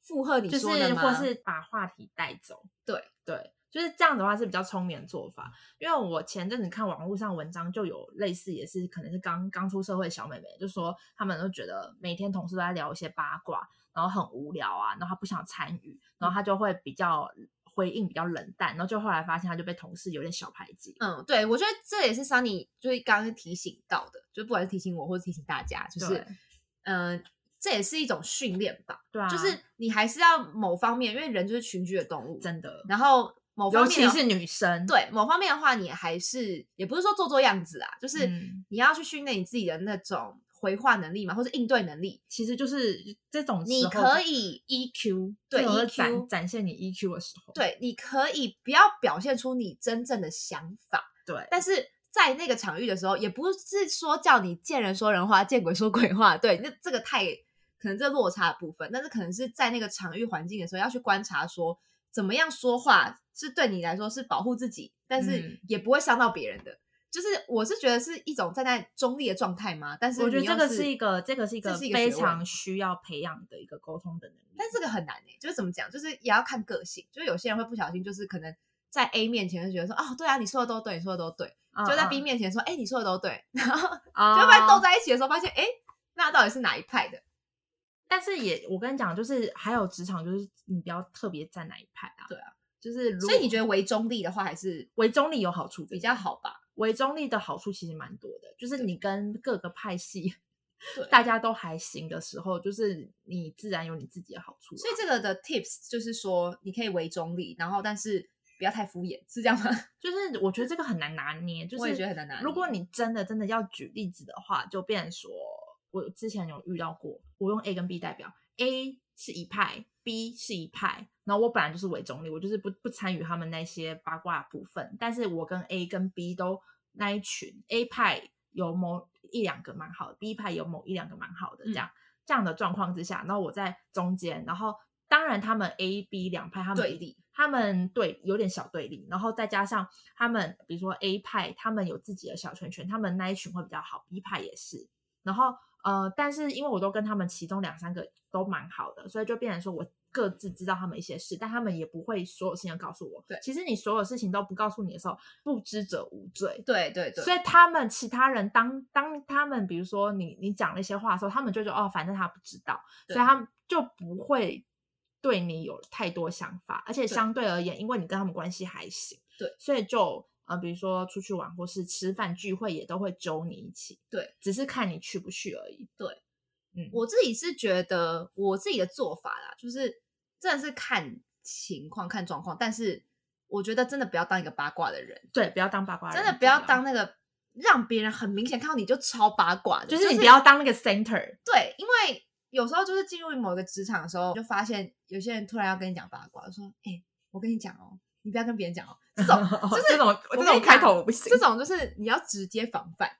[SPEAKER 4] 附和你
[SPEAKER 3] 就是
[SPEAKER 4] 说的
[SPEAKER 3] 或
[SPEAKER 4] 吗
[SPEAKER 3] 是把话题带走，
[SPEAKER 4] 对
[SPEAKER 3] 对。就是这样的话是比较聪明的做法，
[SPEAKER 4] 嗯
[SPEAKER 3] 因为我前阵子看网络上文章就有类似，也是可能是刚刚出社会的小妹妹，就说他们都觉得每天同事都在聊一些八卦，然后很无聊啊，然后她不想参与，然后她就会比较回应比较冷淡，然后就后来发现她就被同事有点小排挤。
[SPEAKER 4] 嗯，对，我觉得这也是 Sunny 就是刚刚提醒到的，就不管是提醒我或者提醒大家，就是
[SPEAKER 3] 对
[SPEAKER 4] 嗯、呃这也是一种训练吧。
[SPEAKER 3] 对啊，
[SPEAKER 4] 就是你还是要某方面，因为人就是群居的动物，
[SPEAKER 3] 真的，
[SPEAKER 4] 然后某方
[SPEAKER 3] 尤
[SPEAKER 4] 面
[SPEAKER 3] 其
[SPEAKER 4] 的
[SPEAKER 3] 是女生，
[SPEAKER 4] 对某方面的话，你还是也不是说做做样子啊，就是
[SPEAKER 3] 嗯
[SPEAKER 4] 你要去训练你自己的那种回话能力嘛，或者应对能力，
[SPEAKER 3] 其实就是这种
[SPEAKER 4] 你
[SPEAKER 3] 时候
[SPEAKER 4] 可
[SPEAKER 3] 就
[SPEAKER 4] 以 E
[SPEAKER 3] EQ，
[SPEAKER 4] 对
[SPEAKER 3] 这种就
[SPEAKER 4] EQ
[SPEAKER 3] 展展现你 EQ 的时候，
[SPEAKER 4] 对，你可以不要表现出你真正的想法，
[SPEAKER 3] 对，
[SPEAKER 4] 但是。在那个场域的时候，也不是说叫你见人说人话，见鬼说鬼话，对，那这个太可能这落差的部分，但是可能是在那个场域环境的时候，要去观察说怎么样说话是对你来说是保护自己，但是
[SPEAKER 3] 嗯
[SPEAKER 4] 也不会伤到别人的。就是我是觉得是一种站在中立的状态嘛，但是
[SPEAKER 3] 我觉得
[SPEAKER 4] 你又
[SPEAKER 3] 这个
[SPEAKER 4] 是
[SPEAKER 3] 是一个，这个是一
[SPEAKER 4] 这
[SPEAKER 3] 个
[SPEAKER 4] 是一个
[SPEAKER 3] 非
[SPEAKER 4] 学问
[SPEAKER 3] 常需要培养的一个沟通的能力。
[SPEAKER 4] 但这个很难诶、就是怎么讲，就是也要看个性，就是有些人会不小心，就是可能在 A 面前就觉得说，哦，对啊，你说的都对，你说的都对，
[SPEAKER 3] 嗯
[SPEAKER 4] 就在 B
[SPEAKER 3] 嗯
[SPEAKER 4] 面前说，哎、你说的都对， 然后就
[SPEAKER 3] 啊
[SPEAKER 4] 发现斗在一起的时候，发现哎、那到底是哪一派的？
[SPEAKER 3] 但是也我跟你讲，就是还有职场，就是你不要特别站哪一派啊。
[SPEAKER 4] 对
[SPEAKER 3] 啊，就是如
[SPEAKER 4] 所以你
[SPEAKER 3] 得
[SPEAKER 4] 觉得为中立的话，还是
[SPEAKER 3] 为中立有好处，
[SPEAKER 4] 比较。好吧？
[SPEAKER 3] 为中立的好处其实蛮多的，就是
[SPEAKER 4] 对
[SPEAKER 3] 你跟各个派系
[SPEAKER 4] 对
[SPEAKER 3] 大家都还行的时候，就是你自然有你自己的好处啊。
[SPEAKER 4] 所以这个的 tips 就是说，你可以为中立，然后但是不要太敷衍，是这 样吗？
[SPEAKER 3] 就是我觉得这个很难拿捏，就是
[SPEAKER 4] 我也觉得很难拿捏
[SPEAKER 3] 如果你真的真的要举例子的话，就变成说，我之前有遇到过，我用 A 跟 B 代表，A 是一派，B 是一派，然后我本来就是伪中立，我就是不不参与他们那些八卦部分，但是我跟 A 跟 B 都那一群 A 派有某一两个蛮好的，第一排有某一两个蛮好的这样、这样的状况之下，然后我在中间，然后当然他们 A、B 两派他们
[SPEAKER 4] 对立，
[SPEAKER 3] 他们对有点小对立，然后再加上他们比如说 A 派他们有自己的小圈圈，他们那一群会比较好，B 派也是，然后呃，但是因为我都跟他们其中两三个都蛮好的，所以就变成说我各自知道他们一些事，但他们也不会所有事情都告诉我。
[SPEAKER 4] 对
[SPEAKER 3] 其实你所有事情都不告诉你的时候，不知者无罪。
[SPEAKER 4] 对对对，
[SPEAKER 3] 所以他们其他人当当他们比如说你你讲了一些话的时候，他们就觉得哦，反正他不知道，所
[SPEAKER 4] 对
[SPEAKER 3] 以他们就不会对你有太多想法，而且相对而言，因为你跟他们关系还行，
[SPEAKER 4] 对，
[SPEAKER 3] 所以就呃，比如说出去玩或是吃饭聚会，也都会揪你一起，
[SPEAKER 4] 对，
[SPEAKER 3] 只是看你去不去而已。
[SPEAKER 4] 对，
[SPEAKER 3] 嗯，
[SPEAKER 4] 我自己是觉得我自己的做法啦，就是真的是看情况看状况，但是我觉得真的不要当一个八卦的人，啊
[SPEAKER 3] 对，不要当八卦人，
[SPEAKER 4] 真的不要当，那个让别人很明显看到你就超八卦的，
[SPEAKER 3] 就是你不要当那个 center，
[SPEAKER 4] 对，因为有时候就是进入某一个职场的时候，就发现有些人突然要跟你讲八卦，说：“哎、我跟你讲哦，你不要跟别人讲哦。”这 种就是
[SPEAKER 3] 这种
[SPEAKER 4] 我
[SPEAKER 3] 这
[SPEAKER 4] 跟
[SPEAKER 3] 种
[SPEAKER 4] 你
[SPEAKER 3] 开
[SPEAKER 4] 讲
[SPEAKER 3] 头我不行
[SPEAKER 4] 这种就是你要直接防范，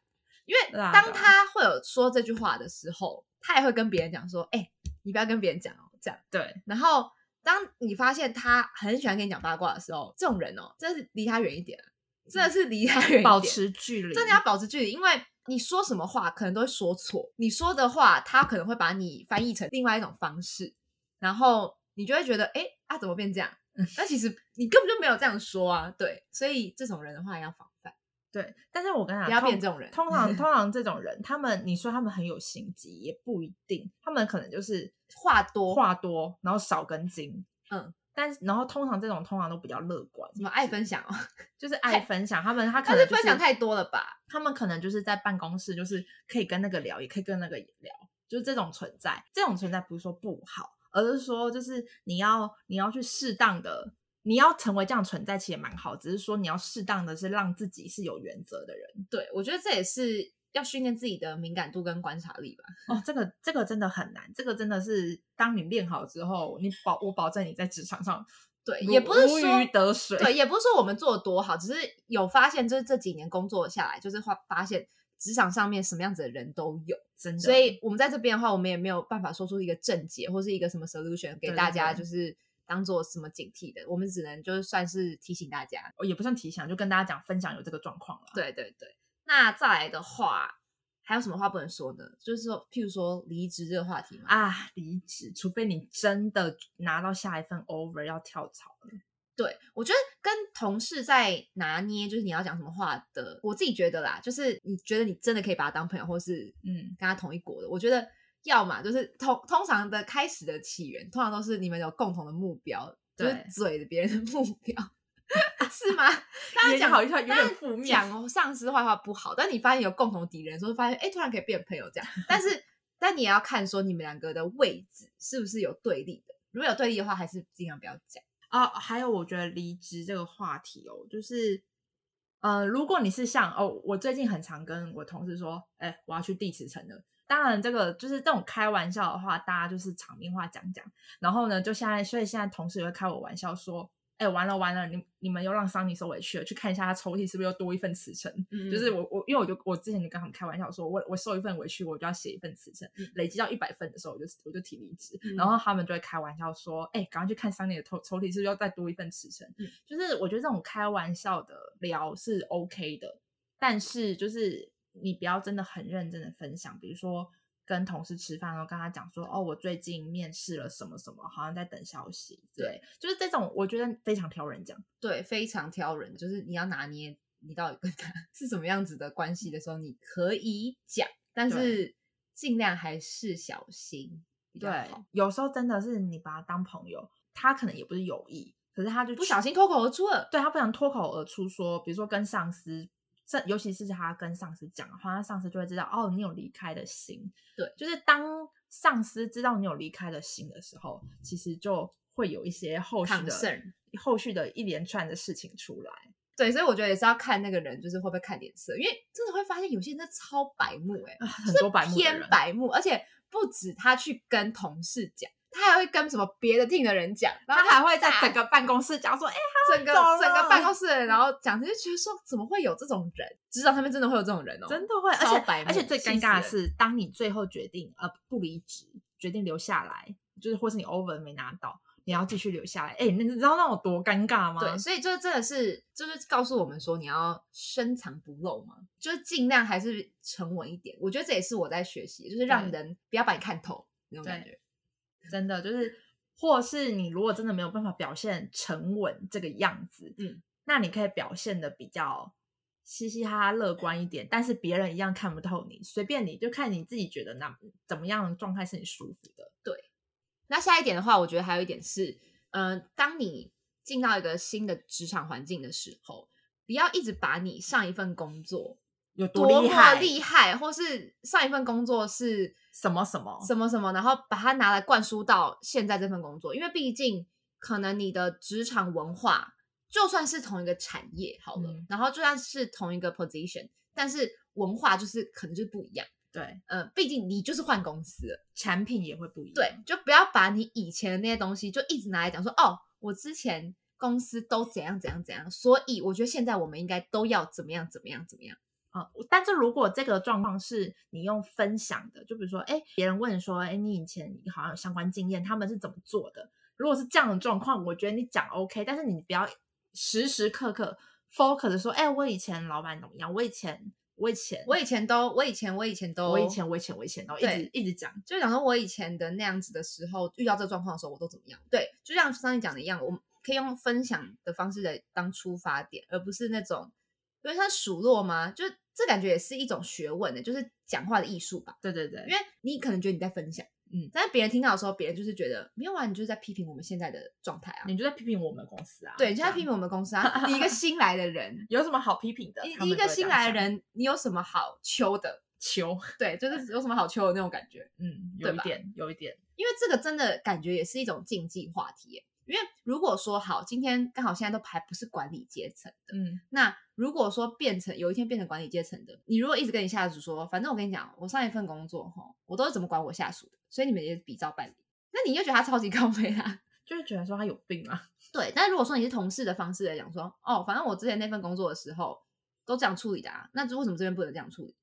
[SPEAKER 4] 因为
[SPEAKER 3] 对啊
[SPEAKER 4] 当
[SPEAKER 3] 对啊
[SPEAKER 4] 他会有说这句话的时候，他也会跟别人讲说：“哎、你不要跟别人讲哦。”这样，
[SPEAKER 3] 对，
[SPEAKER 4] 然后。当你发现他很喜欢跟你讲八卦的时候，这种人哦，真的是离他远一点啊，真的是离他远一点，
[SPEAKER 3] 保持距离，
[SPEAKER 4] 真的要保持距离，因为你说什么话可能都会说错，你说的话他可能会把你翻译成另外一种方式，然后你就会觉得，哎、啊怎么变这样？ 但其实你根本就没有这样说啊，对，所以这种人的话要防范，
[SPEAKER 3] 对，但是我跟你讲，
[SPEAKER 4] 不要
[SPEAKER 3] 通
[SPEAKER 4] 变这种人
[SPEAKER 3] 通 常通常这种人，他们你说他们很有心机，也不一定，他们可能就是
[SPEAKER 4] 话多
[SPEAKER 3] 话多，然后少根筋。
[SPEAKER 4] 嗯，
[SPEAKER 3] 但是然后通常这种通常都比较乐观，
[SPEAKER 4] 什么爱分享哦，
[SPEAKER 3] 就是爱分享。他们他可
[SPEAKER 4] 但
[SPEAKER 3] 能、
[SPEAKER 4] 是
[SPEAKER 3] 就是、
[SPEAKER 4] 分享太多了吧？
[SPEAKER 3] 他们可能就是在办公室，就是可以跟那个聊，也可以跟那个聊，就是这种存在。这种存在不是说不好，而是说就是你要你要去适当的，你要成为这样存在，其实也蛮好，只是说你要适当的是让自己是有原则的人。
[SPEAKER 4] 对，我觉得这也是要训练自己的敏感度跟观察力吧。
[SPEAKER 3] 哦，这个这个真的很难，这个真的是当你练好之后，你保我保证你在职场上
[SPEAKER 4] 对，
[SPEAKER 3] 如
[SPEAKER 4] 呃也不是
[SPEAKER 3] 如
[SPEAKER 4] 说
[SPEAKER 3] 鱼得水
[SPEAKER 4] 对，也不是说我们做的多好，只是有发现，就是这几年工作下来，就是发发现职场上面什么样子的人都有。
[SPEAKER 3] 真的。
[SPEAKER 4] 所以我们在这边的话，我们也没有办法说出一个正解或是一个什么 solution 给
[SPEAKER 3] 对
[SPEAKER 4] 大
[SPEAKER 3] 对
[SPEAKER 4] 家，
[SPEAKER 3] 对
[SPEAKER 4] 就是当做什么警惕的，我们只能就是算是提醒大家。
[SPEAKER 3] 哦我也不算提醒，就跟大家讲分享有这个状况了。，
[SPEAKER 4] 对对对，那再来的话，还有什么话不能说呢？就是说，譬如说离职这个话题嘛，啊，
[SPEAKER 3] 啊，离职，除非你真的拿到下一份 over 要跳槽了。
[SPEAKER 4] 对我觉得跟同事在拿捏，就是你要讲什么话的，我自己觉得啦，就是你觉得你真的可以把他当朋友，或是
[SPEAKER 3] 嗯，
[SPEAKER 4] 跟他同一国的，我觉得要嘛就是通通常的开始的起源，通常都是你们有共同的目标，就是
[SPEAKER 3] 对
[SPEAKER 4] 嘴的别人的目标， 是吗？大
[SPEAKER 3] 有
[SPEAKER 4] 家
[SPEAKER 3] 点
[SPEAKER 4] 讲
[SPEAKER 3] 好像有
[SPEAKER 4] 大家
[SPEAKER 3] 点负面
[SPEAKER 4] 讲上司坏话不好，但你发现有共同敌人的时候，发现哎、诶突然可以变朋友这样，但是但你也要看说你们两个的位置是不是有对立的，如果有对立的话，还是尽量不要讲。
[SPEAKER 3] 啊，还有我觉得离职这个话题哦，就是，呃，如果你是像哦，我最近很常跟我同事说，哎，我要去地磁城了。当然，这个就是这种开玩笑的话，大家就是场面话讲讲。然后呢，就现在，所以现在同事也会开我玩笑说，哎，完了完了，你你们又让桑尼受委屈了，去看一下他抽屉是不是又多一份辞呈。就是我我因为我就我之前就跟他们开玩笑说，我我受一份委屈，我就要写一份辞呈，累积到一百分的时候，我就我就提离职，
[SPEAKER 4] 嗯
[SPEAKER 3] 然后他们就会开玩笑说，哎、赶快去看桑尼的抽抽屉是不是要再多一份辞呈？
[SPEAKER 4] 嗯
[SPEAKER 3] 就是我觉得这种开玩笑的聊是 OK 的，但是就是你不要真的很认真的分享，比如说。跟同事吃饭，然后跟他讲说，哦，我最近面试了什么什么，好像在等消息。对，就是这种，我觉得非常挑人讲。
[SPEAKER 4] 对，非常挑人，就是你要拿捏你到底跟他 是什么样子的关系的时候，你可以讲，但
[SPEAKER 3] 对
[SPEAKER 4] 是尽量还是小心比较
[SPEAKER 3] 对
[SPEAKER 4] 好，，
[SPEAKER 3] 有时候真的是你把他当朋友，他可能也不是有意，可是他就
[SPEAKER 4] 不小心脱口而出了。
[SPEAKER 3] 对他不想脱口而出说，比如说跟上司，这尤其是他跟上司讲的话，他上司就会知道哦，你有离开的心。
[SPEAKER 4] 对，
[SPEAKER 3] 就是当上司知道你有离开的心的时候，其实就会有一些后续的
[SPEAKER 4] concern
[SPEAKER 3] 后续的一连串的事情出来。
[SPEAKER 4] 对，所以我觉得也是要看那个人，就是会不会看脸色，因为真的会发现有些人真 的超白目哎、欸，
[SPEAKER 3] 很多白目的
[SPEAKER 4] 偏
[SPEAKER 3] 人
[SPEAKER 4] 白目，而且不止他去跟同事讲，他还会跟什么别的 team 的人讲，然后
[SPEAKER 3] 他还会在
[SPEAKER 4] 大
[SPEAKER 3] 整个办公室讲 说，哎、
[SPEAKER 4] 整个
[SPEAKER 3] 走了
[SPEAKER 4] 整个办公室的人，然后讲，就觉得说怎么会有这种人？职场上面真的会有这种人哦，
[SPEAKER 3] 真的会，而
[SPEAKER 4] 超
[SPEAKER 3] 且
[SPEAKER 4] 白目
[SPEAKER 3] 而且最
[SPEAKER 4] 气
[SPEAKER 3] 尴
[SPEAKER 4] 死
[SPEAKER 3] 尬的
[SPEAKER 4] 人
[SPEAKER 3] 是，当你最后决定呃不离职，决定留下来，就是或是你 over 没拿到，你要继续留下来，哎、你知道那有多尴尬吗？
[SPEAKER 4] 对，所以这真的是就是告诉我们说，你要深藏不露嘛，就是尽量还是沉稳一点。我觉得这也是我在学习，就是让
[SPEAKER 3] 对
[SPEAKER 4] 人不要把你看透那种感
[SPEAKER 3] 对
[SPEAKER 4] 觉。
[SPEAKER 3] 真的就是，或是你如果真的没有办法表现沉稳这个样子，
[SPEAKER 4] 嗯，
[SPEAKER 3] 那你可以表现的比较嘻嘻哈哈、乐观一点，但是别人一样看不透你，随便你就看你自己觉得那怎么样的状态是你舒服的。
[SPEAKER 4] 那下一点的话，我觉得还有一点是，嗯、当你进到一个新的职场环境的时候，不要一直把你上一份工作
[SPEAKER 3] 有
[SPEAKER 4] 多
[SPEAKER 3] 厉
[SPEAKER 4] 么
[SPEAKER 3] 害？
[SPEAKER 4] 厉害，或是上一份工作是
[SPEAKER 3] 什么什么
[SPEAKER 4] 什么什么，然后把它拿来灌输到现在这份工作，因为毕竟可能你的职场文化，就算是同一个产业好了，
[SPEAKER 3] 嗯
[SPEAKER 4] 然后就算是同一个 position，但是文化就是可能就是不一样。
[SPEAKER 3] 对，
[SPEAKER 4] 呃，毕竟你就是换公司了，
[SPEAKER 3] 产品也会不一样。
[SPEAKER 4] 对，就不要把你以前的那些东西就一直拿来讲说，哦，我之前公司都怎样怎样怎样，所以我觉得现在我们应该都要怎么样怎么样怎么样。
[SPEAKER 3] 啊、但是如果这个状况是你用分享的，就比如说，哎，别人问说，哎，你以前好像有相关经验，他们是怎么做的？如果是这样的状况，我觉得你讲 OK，但是你不要时时刻刻 focus 地说，哎，我以前老板怎么样？我以前，我以前，
[SPEAKER 4] 我以前都，我以前，我以前都，
[SPEAKER 3] 我以前，我以前，我以前，然后一
[SPEAKER 4] 对
[SPEAKER 3] 直一直讲，
[SPEAKER 4] 就想说，我以前的那样子的时候，遇到这状况的时候，我都怎么样？对，就像上次讲的一样，我们可以用分享的方式来当出发点，而不是那种有点像数落吗？就这感觉也是一种学问的，就是讲话的艺术吧。
[SPEAKER 3] 对对对
[SPEAKER 4] 因，为你可能觉得你在分享，嗯，但是别人听到的时候，别人就是觉得没有啊，你就是在批评我们现在的状态啊，
[SPEAKER 3] 你就在批评我们公司啊，
[SPEAKER 4] 对，你就在
[SPEAKER 3] 这样。
[SPEAKER 4] 批评我们公司啊，你一个新来的人
[SPEAKER 3] 有什么好批评的？他
[SPEAKER 4] 你
[SPEAKER 3] 们
[SPEAKER 4] 一
[SPEAKER 3] 都
[SPEAKER 4] 个
[SPEAKER 3] 会
[SPEAKER 4] 新
[SPEAKER 3] 这样
[SPEAKER 4] 来的
[SPEAKER 3] 想
[SPEAKER 4] 人，你有什么好求的？
[SPEAKER 3] 求，
[SPEAKER 4] 对，就是有什么好求的那种感觉。
[SPEAKER 3] 嗯，
[SPEAKER 4] 对
[SPEAKER 3] 有一
[SPEAKER 4] 吧
[SPEAKER 3] 点，有一点，
[SPEAKER 4] 因为这个真的感觉也是一种竞技话题耶。因为如果说好，今天刚好现在都还不是管理阶层的，
[SPEAKER 3] 嗯，
[SPEAKER 4] 那如果说变成有一天变成管理阶层的，你如果一直跟你下属说，反正我跟你讲，我上一份工作哈，我都是怎么管我下属的，所以你们也比照办理。那你就觉得他超级高飞啊？
[SPEAKER 3] 就是觉得说他有病啊，
[SPEAKER 4] 对，但如果说你是同事的方式来讲说，哦，反正我之前那份工作的时候都这样处理的啊，那为什么这边不能这样处理？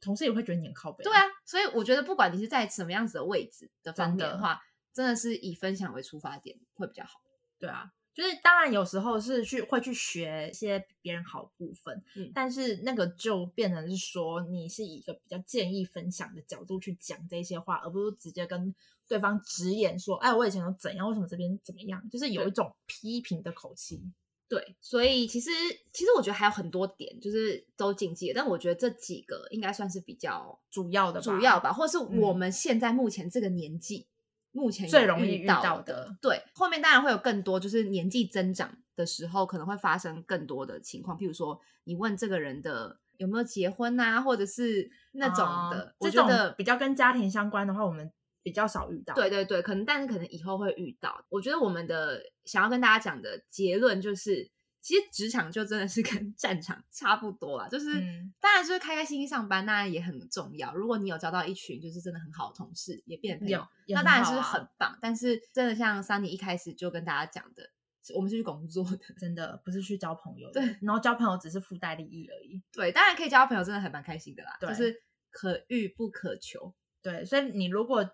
[SPEAKER 3] 同事也会觉得你很靠背，
[SPEAKER 4] 对啊，所以我觉得不管你是在什么样子的位置的方
[SPEAKER 3] 真
[SPEAKER 4] 面
[SPEAKER 3] 的
[SPEAKER 4] 的话，真的是以分享为出发点会比较好。
[SPEAKER 3] 对啊，就是当然有时候是去会去学一些别人好部分，
[SPEAKER 4] 嗯
[SPEAKER 3] 但是那个就变成是说你是以一个比较建议分享的角度去讲这些话，而不是直接跟对方直言说，哎，我以前都怎样，为什么这边怎么样，就是有
[SPEAKER 4] 对
[SPEAKER 3] 一种批评的口气。
[SPEAKER 4] 对，所以其实其实我觉得还有很多点就是都禁忌的，但我觉得这几个应该算是比较
[SPEAKER 3] 主要的吧
[SPEAKER 4] 主要吧，或者是我
[SPEAKER 3] 嗯
[SPEAKER 4] 们现在目前这个年纪、目前有
[SPEAKER 3] 最容易遇
[SPEAKER 4] 到
[SPEAKER 3] 到
[SPEAKER 4] 的
[SPEAKER 3] 的
[SPEAKER 4] 对，后面当然会有更多，就是年纪增长的时候可能会发生更多的情况，譬如说你问这个人的有没有结婚啊，或者是那种
[SPEAKER 3] 啊
[SPEAKER 4] 的，我
[SPEAKER 3] 这
[SPEAKER 4] 觉
[SPEAKER 3] 种
[SPEAKER 4] 得
[SPEAKER 3] 比较跟家庭相关的话，我们比较少遇到。
[SPEAKER 4] 对对对，可能但是可能以后会遇到。我觉得我们的想要跟大家讲的结论就是，其实职场就真的是 跟战场差不多啦，就是、
[SPEAKER 3] 嗯
[SPEAKER 4] 当然就是开开心心上班，当然也很重要。如果你有交到一群就是真的很好的同事，也变成朋
[SPEAKER 3] 也，
[SPEAKER 4] 友，
[SPEAKER 3] 也
[SPEAKER 4] 那当然
[SPEAKER 3] 好
[SPEAKER 4] 是
[SPEAKER 3] 啊
[SPEAKER 4] 很棒。但是真的像 Sunny 一开始就跟大家讲的，是我们是去工作的，
[SPEAKER 3] 真的不是去交朋友的，
[SPEAKER 4] 对
[SPEAKER 3] 然后交朋友只是附带利益而已。
[SPEAKER 4] 对，当然可以交到朋友，真的很蛮开心的啦，就
[SPEAKER 3] 对
[SPEAKER 4] 是可遇不可求。
[SPEAKER 3] 对，所以你如果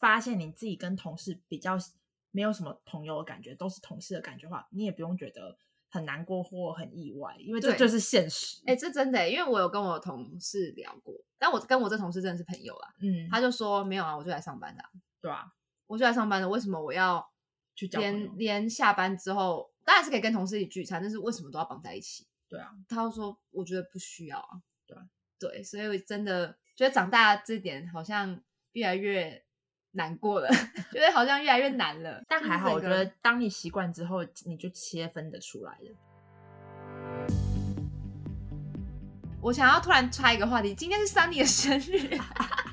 [SPEAKER 3] 发现你自己跟同事比较没有什么朋友的感觉，都是同事的感觉的话，你也不用觉得很难过或很意外，因为这
[SPEAKER 4] 对
[SPEAKER 3] 就是现实。
[SPEAKER 4] 哎、这真的欸、因为我有跟我同事聊过，但我跟我这同事真的是朋友啦，
[SPEAKER 3] 嗯，
[SPEAKER 4] 他就说没有啊，我就来上班的啊、
[SPEAKER 3] 对啊，
[SPEAKER 4] 我就来上班了，为什么我要
[SPEAKER 3] 去交朋友
[SPEAKER 4] 连，连下班之后，当然是可以跟同事一起聚餐，但是为什么都要绑在一起？
[SPEAKER 3] 对啊，
[SPEAKER 4] 他就说我觉得不需要啊，
[SPEAKER 3] 对啊
[SPEAKER 4] 对，所以我真的觉得长大这点好像越来越难过了， 觉得好像越来越难了。
[SPEAKER 3] 但
[SPEAKER 4] 就是
[SPEAKER 3] 还好，我
[SPEAKER 4] 整
[SPEAKER 3] 觉
[SPEAKER 4] 个
[SPEAKER 3] 得当你习惯之后，你就切分的出来了。
[SPEAKER 4] 我想要突然插一个话题，今天是 Sunny 的生日，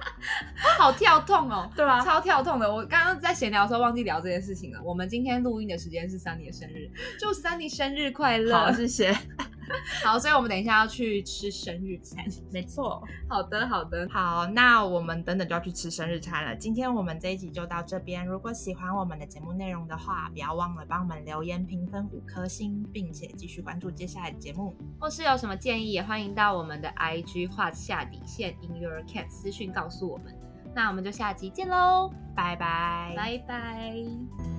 [SPEAKER 4] 好跳痛哦。
[SPEAKER 3] 对啊，
[SPEAKER 4] 超跳痛的。我刚刚在闲聊的时候忘记聊这件事情了。我们今天录音的时间是 Sunny 的生日，祝 Sunny 生日快乐！
[SPEAKER 3] 好，谢谢。
[SPEAKER 4] 好，所以我们等一下要去吃生日餐。
[SPEAKER 3] 没错。
[SPEAKER 4] 好的，好的，
[SPEAKER 3] 好，那我们等等就要去吃生日餐了。今天我们这一集就到这边。如果喜欢我们的节目内容的话，不要忘了帮我们留言、评分五颗星，并且继续关注接下来的节目。
[SPEAKER 4] 或是有什么建议，也欢迎到我们的 IG 画下底线 in your cat 私讯告诉我们。那我们就下集见喽，
[SPEAKER 3] 拜拜。
[SPEAKER 4] 拜拜。